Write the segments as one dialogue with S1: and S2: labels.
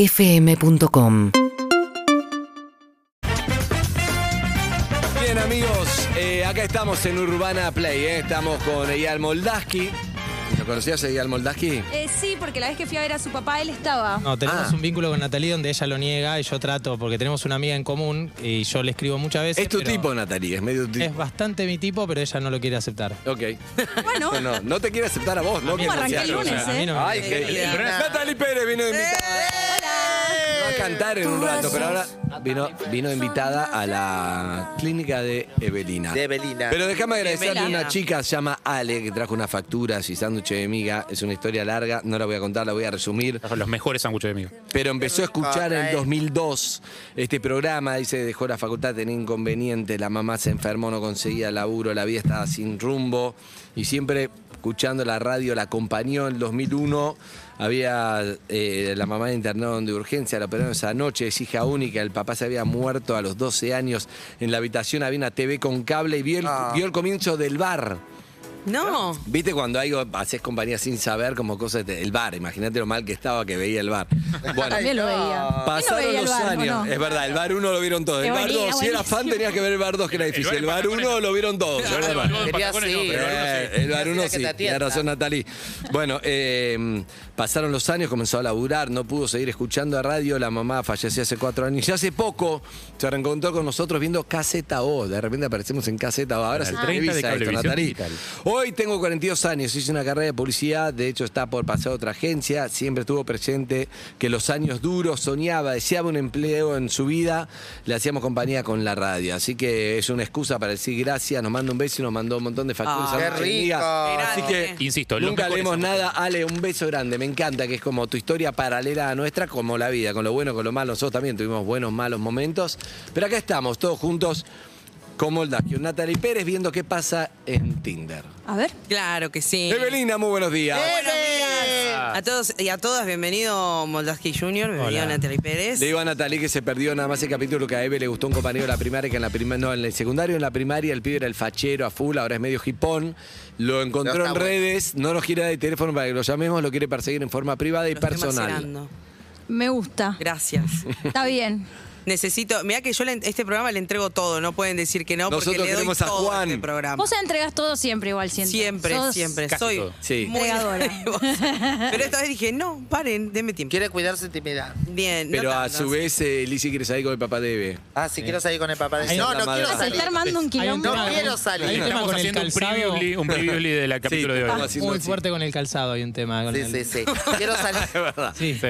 S1: urbanaplayfm.com
S2: Bien amigos, eh, acá estamos en Urbana Play, eh. estamos con Eyal Moldaski. ¿Lo conocías Eyal Moldaski?
S3: Eh, sí, porque la vez que fui a ver a su papá, él estaba.
S4: No, tenemos
S2: Ah.
S4: un vínculo con Natalie donde ella lo niega y yo trato, porque tenemos una amiga en común y yo le escribo muchas veces.
S2: Es tu
S4: pero
S2: tipo, Natalie, es medio tu
S4: Es
S2: tipo.
S4: bastante mi tipo, pero ella no lo quiere aceptar.
S2: Ok.
S3: Bueno.
S2: No, no, no te quiere aceptar a vos, ¿no?
S3: ¿Cómo arranqué el
S2: Cristiano, o sea.
S3: lunes,
S4: a mí
S3: eh?
S4: no me-
S2: Ay, qué
S3: Eh,
S2: linda. Natalie Pérez vino de invitada. Va a cantar en un rato, pero ahora vino, vino invitada a la clínica de Evelina.
S5: De Belina.
S2: Pero déjame agradecerle a
S3: Evelina.
S2: una chica, se llama Ale, que trajo unas facturas y sándwiches de miga. Es una historia larga, no la voy a contar, la voy a resumir.
S6: Son Los mejores sándwiches de miga.
S2: Pero empezó a escuchar en
S5: Ay.
S2: 2002 este programa, dice, dejó la facultad, tenía inconveniente, la mamá se enfermó, no conseguía laburo, la vida estaba sin rumbo y siempre escuchando la radio la acompañó en 2001. Había eh, la mamá internada de urgencia, la operaron esa noche, es hija única, el papá se había muerto a los 12 años, en la habitación había una TV con cable y vio el,
S5: Ah.
S2: vio el comienzo del bar.
S7: No.
S2: ¿Viste cuando algo haces compañía sin saber como cosas? de- El bar, imagínate lo mal que estaba que veía el bar. Bueno,
S3: También lo veía. ¿Quién lo
S2: Pasaron
S3: veía el
S2: los
S3: bar, o
S2: años.
S3: no?
S2: Es verdad, el bar 1 lo vieron todos. El
S3: Qué
S2: bar 2,
S3: buenísimo,
S2: si eras fan
S3: buenísimo.
S2: tenías que ver el bar 2 que era difícil. El bar 1 lo vieron todos. es verdad.
S5: Quería sí.
S2: Eh, el bar 1 sí, tiene razón Natalie. Bueno, eh, pasaron los años, comenzó a laburar, no pudo seguir escuchando a radio, la mamá falleció hace cuatro años y hace poco se reencontró con nosotros viendo Caseta O, de repente aparecemos en Caseta O, ahora se
S6: 30 de
S2: televisa esto
S6: Cablevisión
S2: Natalie.
S6: Digital.
S2: Hoy tengo 42 años, hice una carrera de publicidad, de hecho está por pasar a otra agencia, siempre estuvo presente que los años duros, soñaba, deseaba un empleo en su vida, le hacíamos compañía con la radio, así que es una excusa para decir gracias, nos manda un beso y nos mandó un montón de facturas.
S7: Ah,
S2: a
S5: ¡Qué
S2: nuestra amiga.
S5: rico!
S2: Así que
S6: Insisto, los
S2: nunca
S6: mejores
S2: leemos
S6: son los
S2: nada. Ale, un beso grande. Me encanta que es como tu historia paralela a nuestra, como la vida, con lo bueno, con lo malo. Nosotros también tuvimos buenos, malos momentos. Pero acá estamos, todos juntos, como el Dasquio. Natalie Pérez viendo qué pasa en Tinder.
S3: A ver.
S7: Claro que sí.
S2: Evelina, muy buenos días.
S7: Eh. Buenos días. A todos y a todas, bienvenido Moldaski Junior, bienvenido
S6: Hola.
S7: Natalie Pérez.
S2: Le digo a Natalie que se perdió nada más el capítulo que a Eve le gustó un compañero de la primaria, que en la primaria, no, en el secundario, en la primaria, el pibe era el fachero a full, ahora es medio hipón. Lo encontró
S5: No
S2: en
S5: está bueno.
S2: redes, no nos gira de teléfono para que lo llamemos, lo quiere perseguir en forma privada y
S7: Lo estoy
S2: personal.
S7: macerando.
S3: Me gusta.
S7: Gracias.
S3: Está bien.
S7: Necesito, mirá que yo le- este programa le entrego todo, no pueden decir que no
S2: Nosotros
S7: porque le doy
S2: queremos a
S7: todo
S2: Juan.
S7: este programa.
S3: Vos entregas todo siempre igual, siento.
S7: siempre,
S3: Sos-
S7: siempre.
S6: Casi
S7: Soy
S6: todo.
S2: Sí.
S7: muy
S3: Entregadora.
S7: Pero esta vez dije, no, paren, denme tiempo.
S5: Quiere cuidar su intimidad.
S7: Bien, no
S2: Pero a
S7: tanto,
S2: su
S7: no.
S2: vez, eh, Lizzy quiere salir con el papá de Eve.
S5: Ah, si quiero salir con el papá. Dice,
S6: Ahí
S5: no,
S2: está
S5: no
S2: la
S5: quiero
S2: madre.
S3: Se
S5: salir.
S3: está armando un
S4: Hay un
S3: quilombo.
S4: tema
S5: No
S4: con-
S5: quiero salir.
S4: Hay un tema
S6: Estamos
S4: con el
S6: haciendo un
S4: calzado.
S6: preview, un preview del capítulo de
S2: estamos
S6: hoy.
S2: haciendo
S4: Muy
S2: así.
S4: fuerte con el calzado hay un tema. Con
S5: Sí,
S4: el-
S5: sí, sí. Quiero salir,
S2: Es verdad.
S4: Sí,
S6: Sí.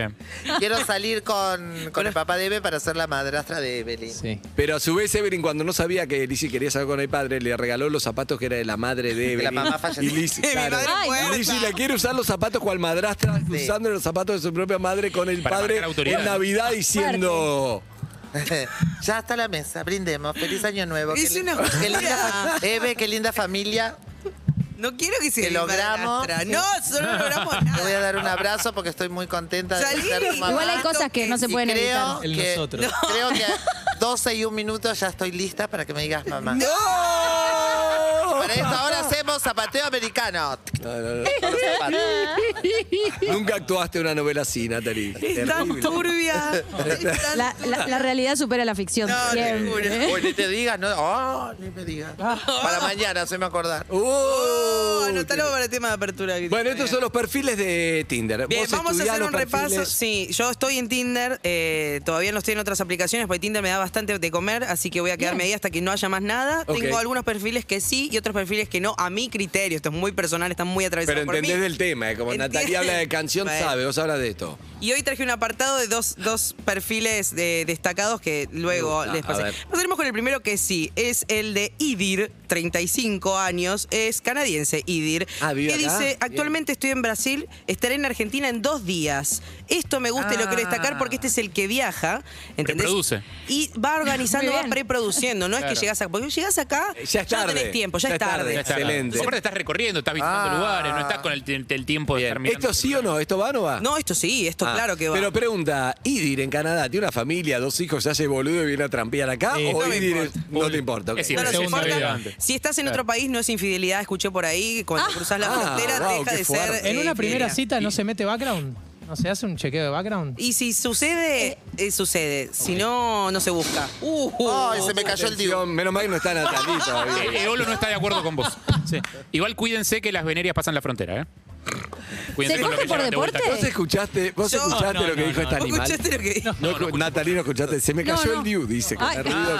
S5: quiero salir con, con el papá de Eve para ser la madrastra de Evelyn.
S4: sí.
S2: Pero a su vez, Evelyn, cuando no sabía que Lizzy quería salir con el padre, le regaló los zapatos que era de la madre de Evelyn.
S5: la mamá fallecida.
S2: Y Lizzy,
S7: Mi
S2: claro.
S7: madre
S3: Ay,
S7: muerta.
S2: Lizzy le quiere usar los zapatos cual madrastra, usando los zapatos de su propia madre con el
S6: Para
S2: padre
S6: marcar autoridad.
S2: en Navidad diciendo.
S5: ya está la mesa, brindemos. Feliz año nuevo.
S7: Es
S5: Qué li-
S7: una
S5: qué linda fa- Eve, qué linda familia.
S7: No quiero que se
S5: Que logramos.
S7: madrastra. No, solo logramos
S5: Te voy a
S7: nada.
S5: dar un abrazo porque estoy muy contenta de
S7: Salí.
S5: ser tu mamá.
S3: Igual hay cosas que no se
S5: Y
S3: pueden
S5: creo
S3: evitar.
S4: El
S5: que,
S4: nosotros.
S5: creo que a 12 y un minuto ya estoy lista para que me digas mamá.
S2: ¡No!
S5: Para esto ahora hacemos zapateo americano.
S2: No, no, no. Nunca actuaste una novela así, Natalie.
S7: Está
S2: Terrible.
S7: turbia. Está
S3: La, la- la realidad supera la ficción.
S7: No,
S3: siempre.
S7: ninguna.
S5: Hoy ni te digas, no. Oh, ni me digas. Para mañana, se me acordar.
S2: ¡Uh!
S7: Oh, anotalo para el tema de apertura. que
S2: Bueno,
S7: tiene.
S2: estos son los perfiles de Tinder.
S7: Bien,
S2: Vos
S7: vamos a
S2: estudiá
S7: hacer
S2: los
S7: un repaso.
S2: perfiles.
S7: Sí, yo estoy en Tinder, eh, todavía no estoy en otras aplicaciones porque Tinder me da bastante de comer, así que voy a quedarme ahí hasta que no haya más nada.
S2: Ok.
S7: Tengo algunos perfiles que sí y otros perfiles que no, a mi criterio. Esto es muy personal, están muy
S2: Pero
S7: atravesados por
S2: entendés
S7: mí.
S2: del tema, eh, como
S7: Entiendo.
S2: Natalia habla de canción,
S7: Bueno.
S2: sabe, vos hablas de esto.
S7: Y hoy traje un apartado de dos, dos perfiles de- destacados que luego
S2: Me gusta,
S7: les
S2: a
S7: pasé.
S2: ver.
S7: Nos tenemos con el primero que sí, es el de Idir, 35 años, es canadiense Idir,
S2: Ah, vive
S7: que
S2: acá.
S7: dice,
S2: Bien.
S7: actualmente estoy en Brasil, estaré en Argentina en dos días. Esto me gusta y lo quiero
S2: Ah.
S7: destacar porque este es el que viaja, ¿entendés?
S6: Preproduce.
S7: Y va organizando,
S3: Muy
S7: va
S3: bien.
S7: preproduciendo, no es que llegás acá, porque llegás acá,
S2: Eh, Ya es tarde.
S7: no tenés tiempo, ya, es tarde.
S2: Ya es tarde. Excelente.
S6: Aparte estás recorriendo, estás visitando
S5: Ah.
S6: lugares, no estás con el, ti- el tiempo de
S2: Bien.
S6: terminar.
S2: ¿Esto sí o no? ¿Esto va o no va?
S7: No, esto sí, esto
S2: Ah,
S7: claro que va.
S2: Pero pregunta, ¿Idir en Canadá tiene una familia, dos hijos, se hace boludo y viene a trampear acá?
S4: Sí.
S2: ¿O
S7: No me
S2: Idir es-
S7: importa.
S2: no te importa? ok.
S6: Es
S7: No
S6: La
S7: nos
S6: segunda
S7: importa.
S6: vida antes.
S7: Si estás en otro país, no es infidelidad. Escuché por ahí, cuando cruzas la
S2: Ah,
S7: frontera,
S2: wow,
S7: deja
S2: qué
S7: de
S2: fuerte.
S7: ser.
S2: En
S7: eh,
S4: ¿En una primera
S7: infidelidad.
S4: cita no se mete background? ¿No se hace un chequeo de background?
S7: Y si sucede, eh, sucede. Si no, no se busca. Uh,
S5: Ay, se me cayó el tío.
S2: Menos mal que no está Natalí
S6: Eh,
S2: todavía.
S6: Eolo no está de acuerdo con vos. Igual cuídense que las venerias pasan la frontera, ¿eh?
S3: ¿Se
S6: con lo
S3: coge por
S6: que llevan de vuelta.
S3: deporte?
S2: ¿Vos escuchaste, vos
S7: Yo-
S2: escuchaste
S4: no,
S2: lo que
S4: no,
S2: dijo
S4: no,
S2: este
S4: no.
S2: animal?
S7: ¿Escuchaste lo que dijo?
S2: No,
S6: No, no,
S2: Natalí, no escuchaste. Se me
S3: No,
S2: cayó
S3: no.
S2: el diu, dice. con
S3: Ay.
S2: el ruido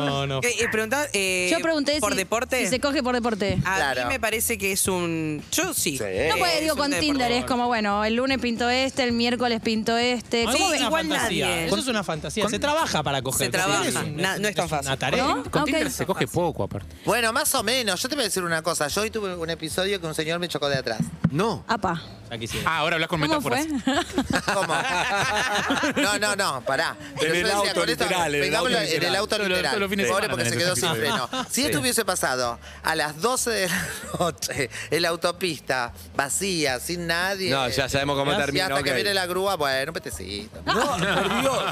S4: No, no.
S7: Eh, eh, preguntaba, eh,
S3: Yo pregunté
S7: por
S3: si,
S7: deporte.
S3: si se coge por deporte.
S7: A
S5: Claro.
S7: mí me parece que es un. Yo
S5: Sí.
S7: sí.
S3: No,
S5: Eh,
S3: pues digo
S7: es un
S3: con
S7: deporte.
S3: Tinder, es como, bueno, el lunes pinto este, el miércoles pinto este.
S4: No,
S7: Sí,
S3: ¿Cómo
S4: eso es
S3: ven?
S4: una
S7: igual
S4: fantasía.
S3: ¿eh?
S7: nadie.
S4: Eso es una fantasía. Se trabaja para coger.
S7: Se trabaja.
S4: Es un-
S7: Na- no es tan fácil.
S4: Una tarea.
S3: ¿No?
S6: Con
S3: Ah,
S6: Tinder
S3: ok.
S6: se coge poco, aparte.
S5: Bueno, más o menos. Yo te voy a decir una cosa. Yo hoy tuve un episodio que un señor me chocó de atrás.
S2: No.
S3: Apa.
S4: Ya quisiera.
S6: Ah, ahora hablas con
S3: ¿Cómo
S6: metáforas.
S3: fue?
S5: ¿Cómo? No, no, no, pará.
S2: En el
S5: yo
S2: auto, literal, en el
S5: pongámoslo
S2: auto
S5: en el
S2: literal.
S5: auto
S6: Todos los-
S5: literal.
S6: todos los fines de
S5: Pobre
S6: semana
S5: porque se quedó sin
S6: necesito
S5: freno. Si esto hubiese pasado a las 12 de la noche, en la autopista, vacía, sin nadie.
S2: No, ya sabemos cómo
S5: Y
S2: termina.
S5: hasta que
S2: ok.
S5: viene la grúa, bueno, un petecito.
S2: No, por Dios.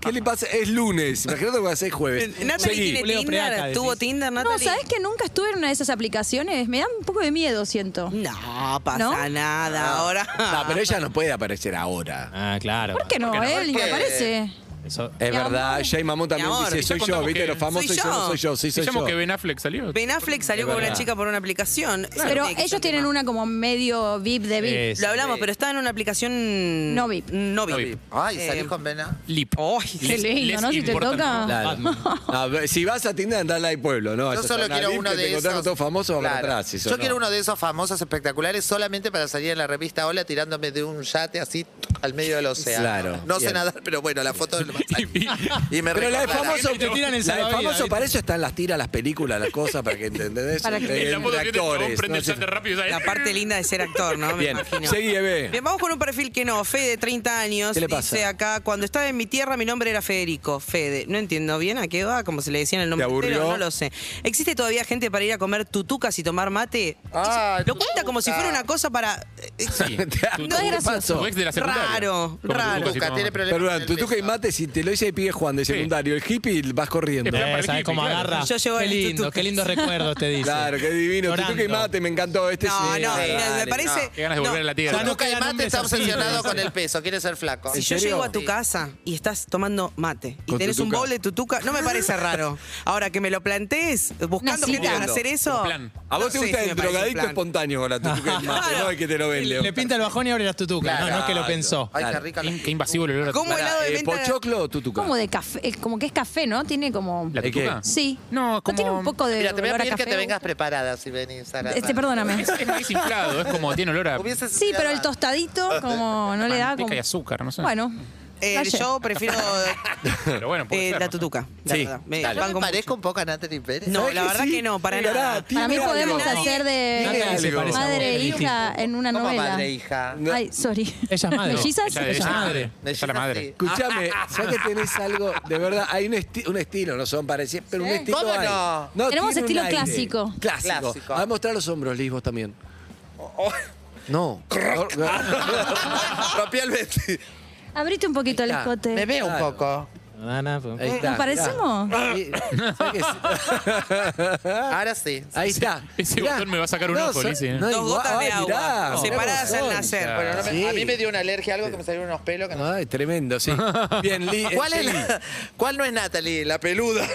S2: ¿Qué le pasa? Es lunes. Imagínate que va a ser jueves.
S7: Natalie
S2: Seguí.
S7: tiene
S4: Julio
S7: Tinder.
S4: Preaca, decís.
S7: ¿Tuvo Tinder,
S3: No,
S7: Natalie?
S3: ¿sabes que nunca estuve en una de esas aplicaciones? Me dan un poco de miedo, siento.
S7: No, pasa
S3: ¿No?
S7: nada. Ahora.
S2: No, pero ella no puede aparecer ahora.
S4: Ah, claro.
S3: ¿Por qué no? eh?
S6: Porque no
S3: Él
S5: puede.
S3: aparece.
S4: Eso-
S2: Es
S3: Mi
S2: verdad,
S3: amor.
S2: Jay Mamón también
S7: Mi amor,
S2: dice, soy
S6: ya
S2: yo,
S6: contamos
S2: viste,
S6: que
S2: los famosos,
S7: soy
S2: soy yo, no
S7: yo.
S2: soy yo, sí, soy
S6: Digamos
S2: yo.
S6: que Ben Affleck salió.
S7: Ben Affleck salió con una
S4: verdad.
S7: chica por una aplicación. Eso
S3: Pero
S7: tiene que ser
S3: ellos tienen
S7: tema.
S3: una como medio VIP de VIP.
S6: Eh,
S4: es-
S7: Lo hablamos, pero está en una aplicación.
S3: No VIP.
S7: No VIP.
S6: No VIP.
S5: Ay, salí
S7: Eh,
S5: con vena.
S6: Lip.
S7: Ay,
S3: Qué
S6: Les-
S3: lindo,
S6: les
S3: ¿no? Si te
S6: importa
S3: toca.
S2: Claro. No, ve- si vas a Tinder, andá al like pueblo, ¿no?
S5: Yo
S2: Vas a
S5: solo
S2: San
S5: quiero
S2: Adip,
S5: uno
S2: que te
S5: de
S2: encontrás
S5: esos.
S2: con todos famosos, vas para
S5: Claro.
S2: atrás. eso
S5: Yo
S2: no.
S5: quiero uno de esos famosos espectaculares solamente para salir en la revista Hola tirándome de un yate así al medio del océano.
S2: Claro.
S5: No sé
S2: Bien.
S5: nadar, pero bueno, la foto del Y me
S2: Pero la de
S5: recordará.
S2: famoso,
S4: Te tiran
S2: la de
S4: el salvavidas,
S2: famoso
S4: ¿viste?
S2: para eso están las tiras, las películas, las cosas, para que entendés.
S3: Para que-
S2: Entre-
S6: Es la moto
S2: entre
S6: que te chabón prende el
S2: ¿no?
S6: chat de rápido. y sale.
S7: La parte linda de ser actor, ¿no? Me
S2: Bien,
S7: imagino.
S2: seguí, Eve.
S7: Bien, vamos con un perfil que no, Fede, 30 años.
S2: ¿Qué le pasa?
S7: Dice acá, cuando estaba en mi tierra mi nombre era Federico. Fede, no entiendo bien a qué va, como se le decía en el nombre.
S2: ¿Te aburrió?
S7: entero, no lo sé. ¿Existe todavía gente para ir a comer tutucas y tomar mate?
S5: Ah,
S7: lo cuenta como si
S5: tutuca.
S7: fuera una cosa para... eh,
S6: Sí. Tu-
S2: No
S6: tu-
S3: es gracioso.
S6: Tu ex de la secundaria.
S7: Raro,
S6: Como
S7: raro.
S5: Tuca,
S6: tu
S7: Lucas,
S6: Lucas y
S5: tiene
S6: todo.
S5: problemas.
S2: Perdón,
S5: con
S2: tu
S5: el
S2: tuca y
S5: beso.
S2: mate, si te lo dice de pibe Juan de
S6: Sí.
S2: secundario, el hippie vas corriendo.
S6: Espera.
S4: Eh,
S6: para
S4: ¿Sabes
S6: el
S4: cómo
S6: hippie,
S4: agarra?
S6: claro.
S7: Yo llevo
S4: qué
S7: el
S4: lindo,
S7: tutuca.
S4: qué lindos recuerdos te dice.
S2: Claro, qué divino. Tu tuca y
S4: Llorando.
S2: mate, me encantó este.
S7: No,
S2: sí,
S7: no,
S2: dale,
S7: mira, me
S2: dale.
S7: parece...
S6: Qué ganas de
S7: no.
S6: volver a la
S4: Ya
S6: tierra.
S4: no
S5: Tuca y
S4: quedan un
S5: mate está
S4: besacito,
S5: obsesionado
S4: besacito.
S5: con el peso, quiere ser flaco.
S7: Si
S2: ¿En
S7: yo
S2: serio?
S7: llego a tu
S2: Sí.
S7: casa y estás tomando mate y
S2: Con
S7: tenés un
S2: tutuca.
S7: bowl de tutuca, no me parece raro. Ahora que me lo plantees,
S3: Una
S7: buscando gente
S3: cita.
S7: para hacer eso.
S6: Un plan.
S2: A vos
S7: no
S2: te
S7: sé
S2: gusta
S7: si
S2: el
S7: me parece un
S2: drogadicto
S7: plan.
S2: espontáneo con la tu tuca y mate,
S7: Claro.
S2: no el que te lo vende.
S4: Le pinta el bajón y abre las tutucas. No, no es que lo pensó.
S5: Ay, qué
S2: Claro.
S5: rica. la-
S6: Qué invasivo el olor a tu-
S7: ¿Cómo
S2: Pará,
S7: helado de
S2: eh,
S7: menta?
S2: ¿Pochoclo o tu tuca?
S3: Como de café, eh, como que es café, ¿no? Tiene como...
S6: ¿La
S2: ¿El qué?
S6: tutuca?
S3: Sí.
S6: No, como-
S3: tiene un poco de
S5: Mira, te voy a
S3: olor
S5: pedir que
S3: café?
S5: te vengas preparada si venís a la
S3: Este, perdóname.
S6: Es maíz inflado, es como tiene olor a
S5: Hubiese
S3: Sí,
S5: sido
S3: pero el
S5: antes.
S3: tostadito como no le da
S6: manteca
S3: como...
S6: y azúcar, no sé.
S3: Bueno.
S7: Eh,
S3: Calle.
S7: yo prefiero
S6: Pero bueno, puede
S7: eh,
S6: ser,
S7: la
S6: ¿no?
S7: tutuca. La
S2: Sí,
S7: verdad. Me
S5: Yo me
S7: banco mucho.
S5: parezco un poco a Natalie Pérez.
S7: No,
S2: ¿Sabés
S7: la verdad que no, para
S2: Pará,
S7: nada.
S2: tiene
S3: Para mí
S2: algo.
S3: podemos
S7: algo.
S3: hacer
S4: Nadie
S2: se
S3: de
S2: parece a
S3: madre
S4: vos,
S3: e
S4: es
S3: hija en una
S5: Como
S3: novela.
S5: madre e hija.
S2: No.
S3: Ay, sorry.
S4: Ella es madre.
S3: ¿Mellizas?
S6: Ella es madre. Ella es la madre.
S2: Escuchame, ya que tenés algo, de verdad, hay un, esti- un estilo, no son parecidos, pero un estilo
S5: ¿Cómo
S2: hay.
S5: no?
S3: Tenemos
S2: tiene un
S3: estilo
S2: aire.
S3: clásico.
S2: Clásico.
S5: Clásico.
S2: A mostrar los hombros, Liz, vos también.
S7: Oh,
S2: No.
S5: Rompí el vestido.
S3: Abrite un poquito el escote.
S5: Me veo un
S2: Claro.
S5: poco.
S4: Banana, pues.
S2: Ahí está,
S3: ¿Nos parecemos?
S2: mirá. Sí, ¿sabés que sí?
S5: Ahora sí.
S2: Ahí está.
S6: Ese
S2: Mirá.
S6: botón me va a sacar un ojo,
S2: son-
S6: Lizzy, ¿eh?
S2: no,
S7: Dos
S2: igual,
S7: gotas de
S2: ay,
S7: agua
S2: mirá.
S7: separadas al
S2: Mirá.
S7: nacer.
S5: Bueno, no me-
S2: Sí.
S5: A mí me dio una alergia, algo que me salieron unos pelos. que no-
S2: Ay, tremendo, sí. Bien, Liz.
S5: ¿Cuál, es la- ¿Cuál no es Natalie? La peluda.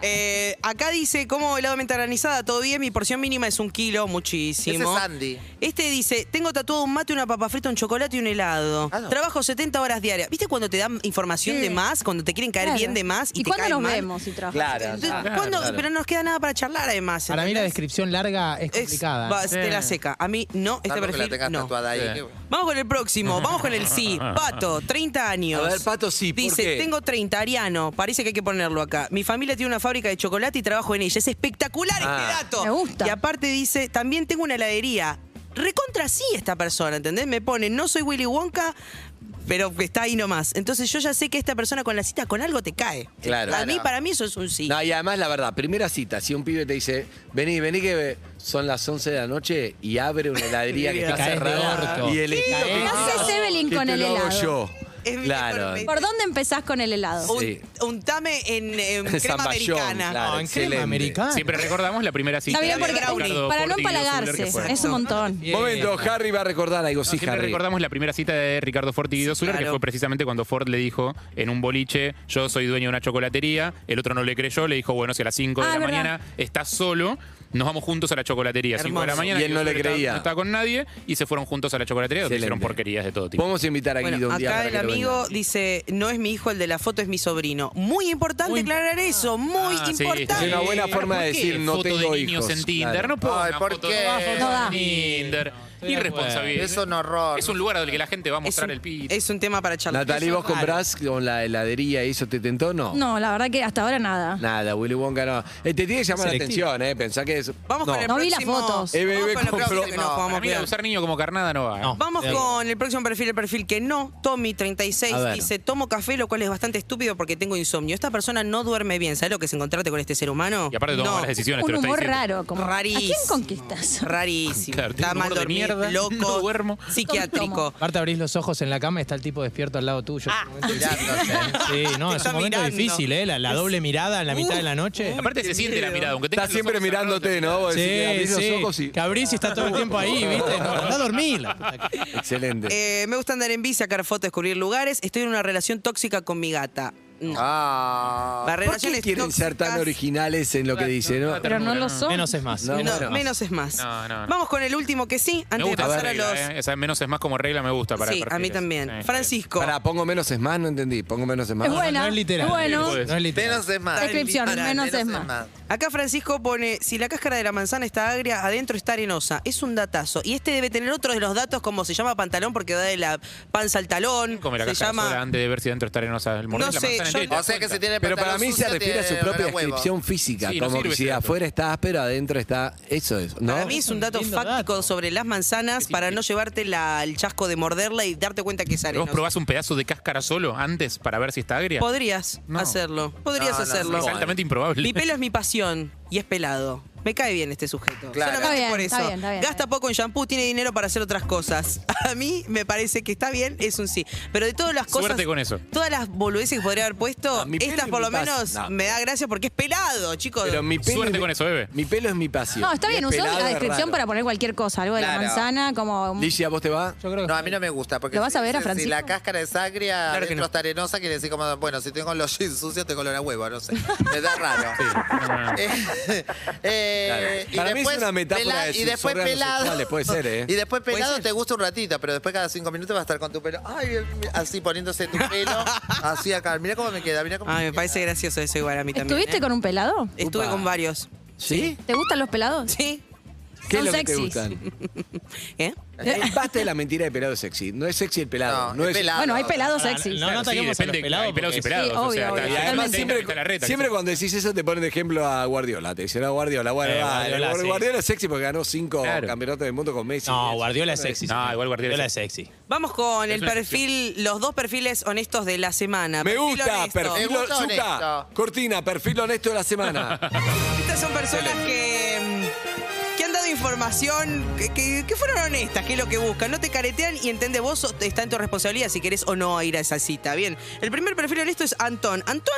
S7: Eh, acá dice, como helado de menta granizada? Todo bien, mi porción mínima es un kilo, muchísimo.
S5: Ese es Andy.
S7: Este dice, tengo tatuado un mate, una papa frita, un chocolate y un helado.
S5: Ah, no.
S7: Trabajo 70 horas diarias. ¿Viste cuando te dan información
S3: Sí.
S7: de más? Cuando te quieren caer
S3: Claro.
S7: bien de más y,
S3: ¿Y
S7: te
S3: cuándo
S7: caen
S3: nos
S7: mal?
S3: vemos y trabajamos?
S5: Claro.
S7: Entonces, ¿cuándo?
S6: claro.
S7: Pero no nos queda nada para charlar además.
S4: Para mí la
S7: ¿entendés?
S4: descripción larga es
S7: es
S4: complicada.
S7: va-
S4: ¿eh?
S7: te la seca. A mí no, este
S5: Salvo que la
S7: perfil
S5: tengas
S7: no.
S5: tatuada ahí.
S6: Sí.
S5: que-
S7: Vamos con el próximo, vamos con el sí. Pato, 30 años.
S2: A ver, Pato, sí, ¿por
S7: Dice,
S2: qué?
S7: tengo 30, Ariano. Parece que hay que ponerlo acá. Mi familia tiene una fábrica de chocolate y trabajo en ella. Es espectacular
S2: Ah.
S7: este dato.
S3: Me gusta.
S7: Y aparte dice, también tengo una heladería. Recontra sí esta persona, ¿entendés? Me pone, no soy Willy Wonka, pero que está ahí nomás. Entonces yo ya sé que esta persona con la cita con algo te cae.
S2: Claro.
S7: A mí, para mí eso es un sí.
S2: No, y además la verdad, primera cita, si un pibe te dice, vení, vení que son las 11 de la noche y abre una heladería que
S7: Te
S2: está
S4: caes de
S2: cerrada
S4: orto.
S2: y el
S4: Te
S2: estilo
S4: caes
S2: que
S4: de
S3: No
S4: orto.
S2: tiene-
S3: haces Evelyn
S2: que
S3: con
S2: te
S3: el
S2: lo hago
S3: helado.
S2: yo.
S7: Es mi
S2: Claro.
S7: mejor
S3: ¿Por
S7: medio.
S3: dónde empezás con el helado?
S7: Un-
S2: Sí.
S7: Untame en, en crema
S2: Zamballón,
S7: americana.
S2: claro,
S4: No, en crema
S2: excelente.
S4: americana.
S6: Siempre recordamos la primera cita
S3: Está bien,
S6: de
S3: porque-
S6: Ricardo
S3: para no
S6: Forti y Guido Zuller,
S3: empalagarse.
S6: que fue.
S3: Es un montón.
S4: Bien.
S2: Momento, Harry va a recordar algo, sí,
S6: Siempre
S2: Harry.
S6: recordamos la primera cita de Ricardo Forti y Guido Zuller, que
S7: claro.
S6: fue precisamente cuando Ford le dijo en un boliche, yo soy dueño de una chocolatería, el otro no le creyó, le dijo, bueno, si a las 5 de
S3: Ah,
S6: la
S3: es verdad.
S6: mañana estás solo, nos vamos juntos a la chocolatería. 5 de la
S7: Hermoso.
S6: mañana,
S2: Y él
S6: Guido
S2: no le
S6: Zuller estaba-
S2: creía.
S6: No estaba con nadie y se fueron juntos a la chocolatería donde
S2: Excelente.
S6: hicieron porquerías de todo tipo.
S2: Podemos invitar a Guido
S7: Bueno,
S2: un día.
S7: acá
S2: para
S7: el
S2: que lo
S7: amigo
S2: venga.
S7: dice, no es mi hijo el de la foto, es mi sobrino. Muy importante aclarar eso, muy
S6: Ah, sí,
S7: importante.
S2: Es una buena
S6: Pero
S2: forma de
S6: ¿por qué
S2: decir, no
S6: foto
S2: tengo
S6: de niños
S2: hijos?
S6: en Tinder.
S2: Claro.
S6: No puedo.
S5: Ay, ¿por qué?
S3: No da.
S6: Tinder. Irresponsabilidad.
S5: Es un horror.
S6: Es un lugar al que la gente va a
S7: es,
S6: mostrar
S7: un,
S6: el pito.
S7: es un tema para charlar.
S2: Natalie, ¿vos comprás con la heladería y eso te tentó o no?
S3: No, la verdad que hasta ahora nada.
S2: Nada, Willy Wonka no. Eh, te tiene que llamar la
S4: Selectivo.
S2: atención, ¿eh? Pensá que es.
S7: Vamos
S2: no.
S7: con el
S3: No vi las
S7: próximo.
S3: fotos.
S2: EBB
S7: Vamos con el
S2: compró-
S7: próximo que nos
S5: No,
S7: jugamos
S6: Para mí, la de
S7: bien.
S6: usar niño como carnada no va. ¿eh?
S4: No.
S7: Vamos
S4: de acuerdo.
S7: con el próximo perfil, el perfil que no. Tommy,
S2: A
S7: 36,
S2: ver.
S7: dice, tomo café, lo cual es bastante estúpido porque tengo insomnio. Esta persona no duerme bien. ¿Sabes lo que es encontrarte con este ser humano?
S6: Y aparte toma
S7: no.
S6: malas decisiones, te
S3: Un
S6: lo está
S3: humor
S6: diciendo.
S3: raro. Como, ¿A
S7: Rarísimo.
S3: quién conquistas?
S7: Rarísimo.
S6: Claro, tengo
S7: Está
S6: un
S7: mal
S6: humor de
S7: dormido,
S6: mierda,
S7: loco,
S6: no duermo.
S7: psiquiátrico.
S4: Aparte abrís los ojos en la cama y está el tipo despierto al lado tuyo. Es un momento
S5: Mirándote.
S4: difícil. Sí, no,
S7: Ah. Te
S4: es
S7: está
S4: un momento
S7: mirando. Uh.
S4: difícil, ¿eh? La, la doble mirada en la mitad de la noche.
S6: Aparte se siente la mirada, aunque tengas
S2: Estás
S6: los
S2: siempre
S6: ojos
S2: mirándote,
S6: cerrados,
S2: ¿no? Vos decís que
S4: Sí,
S2: abrís los
S4: sí.
S2: ojos y-
S4: Que abrís y está todo el tiempo ahí, ¿viste? No, anda a dormir. la puta que-
S2: Excelente.
S7: Eh, me gusta andar en bici, sacar fotos, descubrir lugares. Estoy en una relación tóxica con mi gata. No.
S5: Ah.
S7: Las
S2: ¿Por qué
S7: relaciones
S2: quieren ser tan
S7: tóxicas-
S2: originales en lo que dicen? no?
S3: Pero no lo
S6: No.
S3: son.
S4: Menos es más.
S2: No,
S7: No,
S2: bueno.
S7: menos es más.
S6: No, no, no.
S7: Vamos con el último que sí,
S6: Me
S7: antes de
S6: gusta esa
S7: pasar a
S6: regla,
S7: los.
S6: ¿eh? Esa menos es más como regla me gusta para
S7: sí, a mí
S6: perfiles.
S7: también.
S6: Sí, está bien.
S7: Francisco.
S2: Pará, pongo menos es más, no entendí. Pongo menos es más.
S3: Es bueno.
S4: No es literal.
S3: es bueno.
S4: No es literal.
S5: Menos es más.
S3: Descripción,
S5: Pará,
S3: menos es más.
S7: Acá Francisco pone, si la cáscara de la manzana está agria, adentro está arenosa. Es un datazo. Y este debe tener otro de los datos como se llama pantalón porque da de la panza al talón.
S6: Come la
S7: se
S6: cáscara
S7: llama...
S6: sola antes de ver si dentro está arenosa. El mordés
S7: No
S6: la
S7: sé,
S6: manzana
S7: yo-
S6: entera.
S5: O sea que se tiene el
S2: Pero para
S5: pantalón
S2: mí se
S5: sucio,
S2: refiere a su
S5: tiene
S2: propia
S5: huevo.
S2: descripción física,
S6: Sí, no
S2: como
S6: sirve
S2: que
S6: ese
S2: si
S6: dato.
S2: afuera está áspero, adentro está... Eso es, ¿no?
S7: Para mí es un dato
S4: Lindo
S7: fáctico
S4: dato.
S7: sobre las manzanas para no llevarte la- el chasco de morderla y darte cuenta que es
S6: Pero ¿Vos
S7: arenosa.
S6: probás un pedazo de cáscara solo antes para ver si está agria?
S7: Podrías
S6: No.
S7: hacerlo. Podrías
S5: No, no,
S7: hacerlo.
S6: Es altamente improbable.
S7: Mi pelo es mi pasión y es pelado. Me cae bien este sujeto.
S5: Claro.
S7: Solamente
S3: Está bien,
S7: por eso.
S3: está bien, está bien,
S7: Gasta
S3: está bien.
S7: poco en shampoo, tiene dinero para hacer otras cosas. A mí me parece que está bien, es un sí. Pero de todas las cosas.
S6: Suerte con eso.
S7: Todas las boludeces que podría haber puesto,
S2: Ah, mi pelo
S7: estas
S2: es
S7: por
S2: mi
S7: lo
S2: pas-
S7: menos
S2: no.
S7: me da gracia porque es pelado, chicos.
S2: Pero mi pelo
S6: Suerte
S2: es mi-
S6: con eso, eh. bebé.
S2: Mi pelo es mi pasión.
S3: No, está bien,
S2: Mi
S3: usamos
S2: pelado
S3: la
S2: es
S3: descripción
S2: raro.
S3: para poner cualquier cosa, algo de
S5: Claro.
S3: la manzana, como
S2: Ligia, ¿vos te va?
S4: Yo creo que
S5: No, a mí no me gusta. Porque
S3: ¿Lo vas a
S5: si
S3: ver a
S5: dicen, Si
S3: Francisco?
S5: la cáscara es agria,
S7: que
S5: adentro
S7: no.
S5: está arenosa, quiere decir como, bueno, si tengo los jeans sucios, tengo olor a huevo, no sé. Me da raro. Eh, eh,
S2: Claro. Para mí es una metáfora
S5: pela-
S2: de
S5: Y
S2: sus
S5: después
S2: órganos
S5: pelado.
S2: sexuales, puede ser, ¿eh?
S5: Y después
S7: Puede
S5: pelado
S7: ser.
S5: te gusta un ratito, pero después cada cinco minutos vas a estar con tu pelo. Ay, así poniéndose tu pelo. así acá. Mira cómo me queda, mira cómo.
S7: Ay, me
S5: queda.
S7: parece gracioso eso igual a mí también.
S3: ¿Estuviste
S7: ¿eh?
S3: con un pelado?
S7: Estuve
S2: Upa.
S7: con varios.
S2: ¿Sí?
S3: ¿Te gustan los pelados?
S7: ¿Sí?
S2: ¿Qué es lo
S3: Son
S2: que te
S3: sexys.
S2: gustan?
S7: ¿Eh?
S2: Eh, Basta de la mentira de pelado sexy. No es sexy el pelado.
S5: No,
S2: No,
S5: el
S2: es
S5: pelado.
S3: Bueno, hay pelados
S4: Ahora,
S3: sexy.
S4: no,
S6: Claro, sí,
S4: ataquemos a los
S6: depende,
S4: pelados
S6: hay pelados y
S4: porque-
S6: pelados.
S3: Sí,
S6: o
S3: obvio,
S6: sea,
S3: obvio.
S2: Y
S3: Totalmente.
S6: está- está-
S2: además
S6: está-
S2: siempre,
S6: está la reta,
S2: siempre
S6: que sea.
S2: cuando decís eso te ponen de ejemplo a Guardiola. Te dicen a Guardiola, bueno,
S4: Eh,
S2: va,
S4: Guardiola,
S2: Guardiola,
S4: sí.
S2: es sexy porque ganó cinco
S6: Claro.
S2: campeonatos del mundo con Messi.
S4: No,
S2: Eso.
S4: Guardiola es sexy.
S6: No, igual Guardiola
S4: es sexy.
S7: Vamos con
S6: Es
S7: el
S6: una
S7: perfil, los dos perfiles honestos de la semana.
S2: Me
S7: Perfil
S2: gusta,
S7: honesto.
S2: perfil
S5: Me gusta
S2: Zucca,
S5: honesto.
S2: Cortina, perfil honesto de la semana.
S7: Estas son personas que, mm, que han dado información, que, que- que fueron honestas, que es lo que buscan. No te caretean y entiende vos, so- está en tu responsabilidad si querés o no ir a esa cita. Bien, el primer perfil honesto es Antón. Antón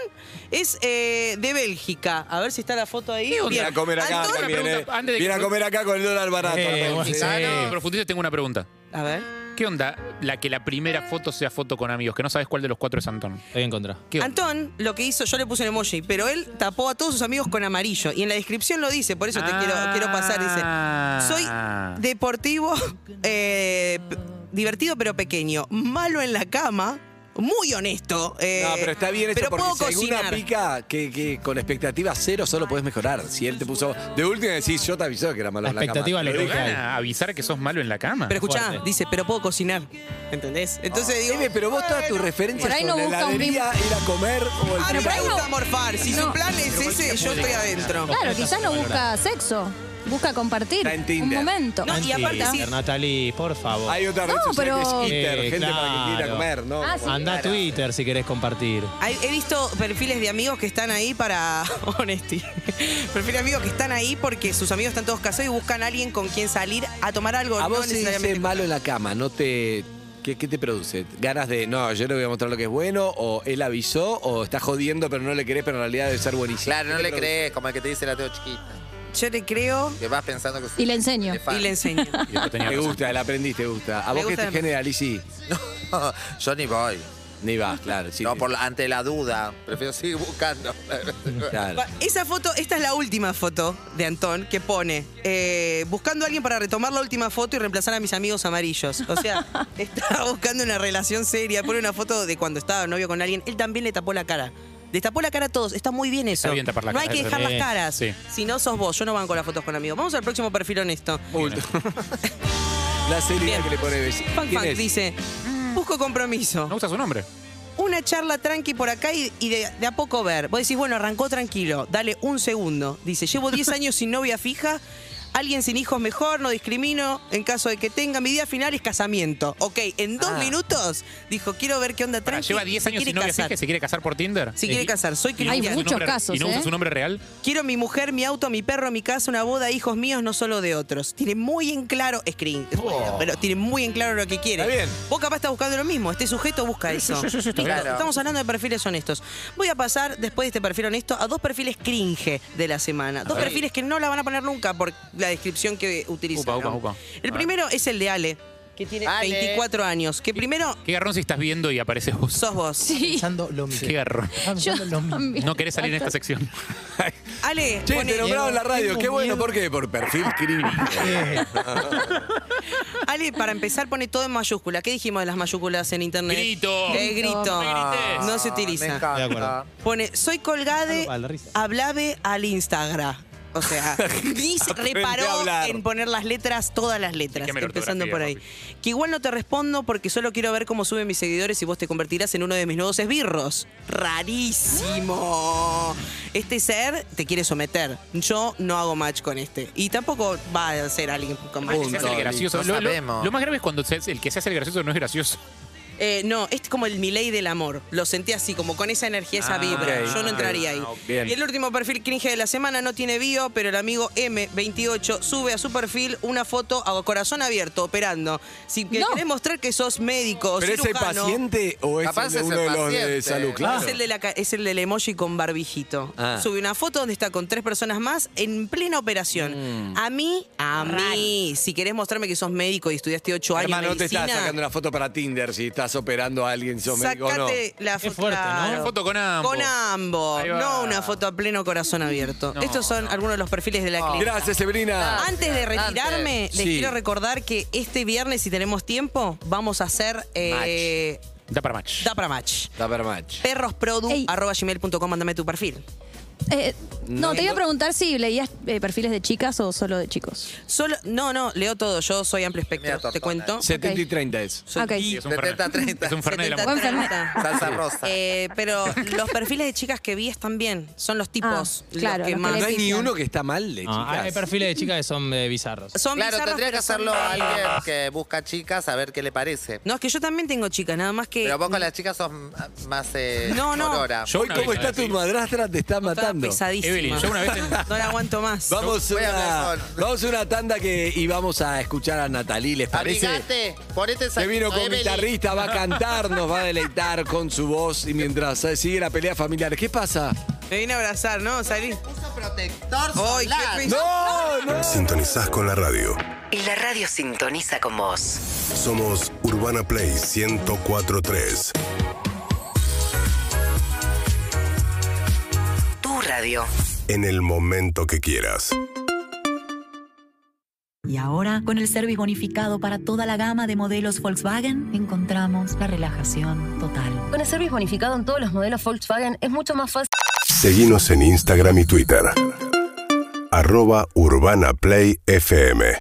S7: es eh, de Bélgica. A ver si está la foto ahí.
S2: Viene
S7: Bien.
S2: a comer acá
S7: Antón-
S2: también, eh.
S6: pregunta, antes de que-
S2: Viene a comer acá con el dólar barato.
S4: Eh,
S2: ¿no?
S4: bueno,
S2: Sí.
S4: sí.
S6: Ah, no, Profundice, tengo una pregunta.
S7: A ver.
S6: ¿Qué onda la que la primera foto sea foto con amigos? Que no sabes cuál de los cuatro es Antón.
S4: Estoy en contra.
S6: ¿Qué onda?
S7: Antón lo que hizo, yo le puse un emoji, pero él tapó a todos sus amigos con amarillo. Y en la descripción lo dice, por eso
S2: Ah.
S7: te quiero, quiero pasar.
S6: Ah.
S7: Dice, soy deportivo, eh, p- divertido pero pequeño, malo en la cama, muy honesto. eh,
S2: No, pero está bien esto
S7: pero
S2: porque
S7: puedo
S2: si alguna
S7: cocinar.
S2: pica que, que con expectativa cero solo puedes mejorar. Si él te puso de última decís, yo te avisó que era malo
S4: La
S2: en la
S4: expectativa
S2: cama.
S4: lo
S6: ¿Pero
S4: que hay.
S6: gana avisar que sos malo en la cama?
S7: Pero escuchá,
S4: Fuerte.
S7: dice, pero puedo cocinar. ¿Entendés? Entonces digo.
S2: Eme, Ah. pero vos todas tus referencias
S3: Por ahí
S2: son
S3: no
S2: la
S3: busca un Ah,
S2: heladería, ir a comer o el
S7: A mí
S3: Pero
S7: me
S3: por ahí no-
S7: gusta morfar. Si su
S3: No.
S7: plan es ese, yo estoy adentro.
S3: Claro, quizás no busca sexo, busca compartir
S2: Está en
S3: un
S2: Tinder.
S3: momento.
S7: No, y
S4: Anti-
S7: aparte sí.
S4: Natalie, por favor.
S2: Hay otra red
S3: No,
S2: social que
S3: pero-
S2: es Inter,
S4: Eh,
S2: gente para que quiera
S4: claro.
S2: comer, ¿no?
S3: Ah, sí.
S4: Anda a Twitter si querés compartir.
S7: Hay- He visto perfiles de amigos que están ahí para. Honesty. perfiles de amigos que están ahí porque sus amigos están todos casados y buscan a alguien con quien salir a tomar algo.
S2: A
S7: Ah, no
S2: vos si
S7: necesariamente-
S2: dices malo en la cama, no te, ¿Qué, qué te produce? ¿Ganas de, no, yo le voy a mostrar lo que es bueno? ¿O él avisó? ¿O está jodiendo pero no le querés, pero en realidad debe ser buenísimo?
S5: Claro, no
S2: ¿Qué te
S5: le
S2: produce?
S5: crees, como el que te dice la teo chiquita.
S7: Yo le creo
S5: Que vas pensando que es
S3: Y le
S5: un
S3: enseño.
S5: elefante.
S7: y le enseño.
S6: Y después tenía
S2: Te
S6: razón.
S2: gusta, el aprendiz te gusta. ¿A
S7: Me
S2: vos qué
S7: gusta
S2: te
S7: demasiado.
S2: genera, Lisi?
S5: No, yo ni voy.
S2: Ni vas, claro. Sí,
S5: no,
S2: sí.
S5: por la- ante la duda. Prefiero seguir buscando.
S2: Claro.
S7: Va, Esa foto, esta es la última foto de Antón que pone eh, buscando a alguien para retomar la última foto y reemplazar a mis amigos amarillos. O sea, estaba buscando una relación seria. Pone una foto de cuando estaba novio con alguien. Él también le tapó la cara. Le tapó la cara a todos. Está muy bien eso.
S6: Está bien tapar la
S7: no
S6: cara,
S7: hay que dejar
S6: sí.
S7: las caras.
S6: Sí.
S7: Si no sos vos, yo no banco las fotos con amigos. Vamos al próximo perfil honesto.
S2: La seriedad
S7: Bien.
S2: que le pone Bessi.
S7: Funk
S2: ¿Quién
S7: Funk
S2: es?
S7: dice, "Mm, busco compromiso.
S6: No usa su nombre.
S7: una charla tranqui por acá y, y de, de a poco ver. Vos decís, bueno, arrancó tranquilo, dale un segundo. Dice, llevo 10 años sin novia fija, alguien sin hijos mejor, no discrimino, en caso de que tenga, mi día final es casamiento. Ok, en dos minutos dijo, quiero ver qué onda
S6: Ah. Pará,
S7: tranqui.
S6: lleva 10
S7: se
S6: años
S7: quiere
S6: sin novia
S7: casar.
S6: fija y se quiere casar por Tinder.
S7: Se quiere
S6: Y-
S7: casar, soy
S6: y no
S3: Hay
S6: usa su
S7: cristiano.
S3: muchos
S6: nombre-
S3: casos,
S6: ¿Y no usa
S3: ¿eh?
S6: su nombre real?
S7: Quiero mi mujer, mi auto, mi perro, mi casa, una boda, hijos míos, no solo de otros. Tiene muy en claro, screen,
S6: Oh.
S7: pero tiene muy en claro lo que quiere.
S2: Está bien.
S7: Vos capaz estás buscando lo mismo, este sujeto busca eso. Listo,
S5: claro.
S7: Estamos hablando de perfiles honestos. Voy a pasar, después de este perfil honesto, a dos perfiles cringe de la semana. Dos
S6: ver.
S7: perfiles que no la van a poner nunca por la descripción que utilizan.
S6: Upa, upa,
S7: ¿no?
S6: upa.
S7: El
S6: A
S7: primero es el de Ale, que tiene
S5: Ale.
S7: 24 años. Que primero
S6: ¿Qué garrón si estás viendo y apareces vos?
S7: sos vos.
S3: Sí,
S4: Pensando lo mismo.
S6: ¿Qué garrón?
S4: Estaba
S3: yo
S4: pensando lo mismo.
S3: también.
S6: No querés salir en esta sección.
S7: Ale,
S2: Che,
S7: pone-
S2: te nombraron en la radio.
S4: Tengo
S2: Qué bueno,
S4: miedo.
S2: ¿por qué? Por perfil criminal.
S4: Eh,
S7: Ale, para empezar, pone todo en mayúscula. ¿Qué dijimos de las mayúsculas en internet?
S6: Grito.
S7: Eh, grito.
S6: grites.
S7: No se utiliza.
S5: Ah, Me
S4: De acuerdo.
S5: encanta.
S7: Pone, soy colgade,
S4: Algo a la risa.
S7: hablabe al Instagram. O sea, ni se
S2: Aprende
S7: reparó
S2: a hablar.
S7: en poner las letras, todas las letras,
S6: Chequeame la
S7: empezando por ahí.
S6: ortografía,
S7: Que igual no te respondo porque solo quiero ver cómo suben mis seguidores y vos te convertirás en uno de mis nuevos esbirros. Rarísimo. Este ser te quiere someter. Yo no hago match con este. Y tampoco va a ser alguien con match.
S6: El que se hace el gracioso.
S5: No
S6: Lo- lo,
S5: sabemos.
S6: lo más grave es cuando se- el que se hace el gracioso no es gracioso.
S7: Eh, no, es como el Miley del amor. Lo sentí así, como con esa energía, esa
S6: Ah,
S7: vibra.
S2: ok,
S7: Yo no
S2: ok.
S7: entraría ahí.
S2: Bien.
S7: Y el último perfil cringe de la semana no tiene bio, pero el amigo M28 sube a su perfil una foto a corazón abierto, operando. Si que
S3: No.
S7: querés mostrar que sos médico o
S2: ¿Pero es el
S7: cirujano,
S2: paciente o es
S5: Capaz
S2: el de
S5: es el
S2: uno de los de
S5: paciente.
S2: salud? Claro.
S7: Es el, de la ca- es el del emoji con barbijito.
S2: Ah.
S7: Sube una foto donde está con tres personas más en plena operación.
S2: Mm.
S7: A mí, a mí, si querés mostrarme que sos médico y estudiaste ocho años
S2: Hermano, no te
S7: medicina,
S2: estás sacando una foto para Tinder si estás operando a alguien, si sos médico o no.
S7: Sacate la
S4: Qué
S7: foto.
S4: fuerte, ¿no?
S7: claro.
S6: Una foto con ambos.
S7: Con ambos.
S6: Ahí va.
S7: No una foto a pleno corazón abierto.
S6: No,
S7: Estos son algunos de los perfiles de la clínica.
S2: Gracias, Severina.
S7: Antes de retirarme,
S2: Antes.
S7: les
S2: Sí.
S7: quiero recordar que este viernes, si tenemos tiempo, vamos a hacer eh,
S6: Da para match.
S7: Dapra Match.
S2: Dabermatch.
S3: Ey.
S7: Perrosprodu.com, mandame tu perfil.
S3: Eh, no,
S2: No,
S3: te iba a
S2: no.
S3: preguntar si leías eh, perfiles de chicas o solo de chicos.
S7: Solo, no, no, leo todo. Yo soy amplio espectro,
S5: Mira,
S7: te
S5: tortona.
S7: cuento.
S2: 70 y 30 es.
S7: Soy
S3: Ah, Ok.
S6: Sí, es un
S5: Setenta,
S6: fernet.
S5: treinta.
S6: Es un fernet de la
S7: 70,
S6: mujer.
S3: mujer. Buen fernet.
S7: 30.
S5: Salsa rosa.
S7: Eh, pero los perfiles de chicas que vi están bien. Son los tipos.
S3: Ah, claro,
S7: los que
S3: los que
S7: más.
S3: le
S2: No hay ni
S3: pifian.
S2: uno que está mal de
S6: Ah,
S4: no, Ah, hay
S2: chicas.
S4: perfiles de chicas que son eh, bizarros.
S7: Son
S5: Claro,
S7: bizarros,
S5: tendría que
S7: pero son
S5: hacerlo a
S7: raros.
S5: alguien que busca chicas a ver qué le parece.
S7: No, es que yo también tengo chicas, nada más que.
S5: Pero vos con las chicas sos m- más eh,
S7: Eh, No, no.
S5: morora.
S6: Yo
S2: Hoy,
S6: una
S2: ¿cómo
S6: vez
S2: está
S6: así.
S2: tu madrastra? Te está
S7: Estaba
S2: matando.
S7: pesadísima.
S6: Evelyn, yo una vez en-
S7: No la aguanto más.
S2: Vamos a
S5: Voy a
S2: una,
S5: hablar con-
S2: vamos a una tanda que, y vamos a escuchar a Natalí, ¿les parece?
S5: Amigate, ponete esa
S2: Que vino con
S5: Evelyn.
S2: guitarrista, va a cantar, nos va a deleitar con su voz y mientras eh, sigue la pelea familiar. ¿Qué pasa?
S7: Me vine a abrazar, ¿no? Salí.
S5: Puso protector
S7: Ay, qué
S5: solar.
S7: pe-
S2: ¡No! ¡No!
S1: Sintonizás con la radio.
S8: Y la radio sintoniza con vos.
S1: Somos Urbana Play 1043.
S8: Tu radio.
S1: En el momento que quieras.
S9: Y ahora, con el service bonificado para toda la gama de modelos Volkswagen, encontramos la relajación total.
S10: Con el service bonificado en todos los modelos Volkswagen es mucho más fácil.
S1: Seguimos en Instagram y Twitter. Arroba Urbana Play FM.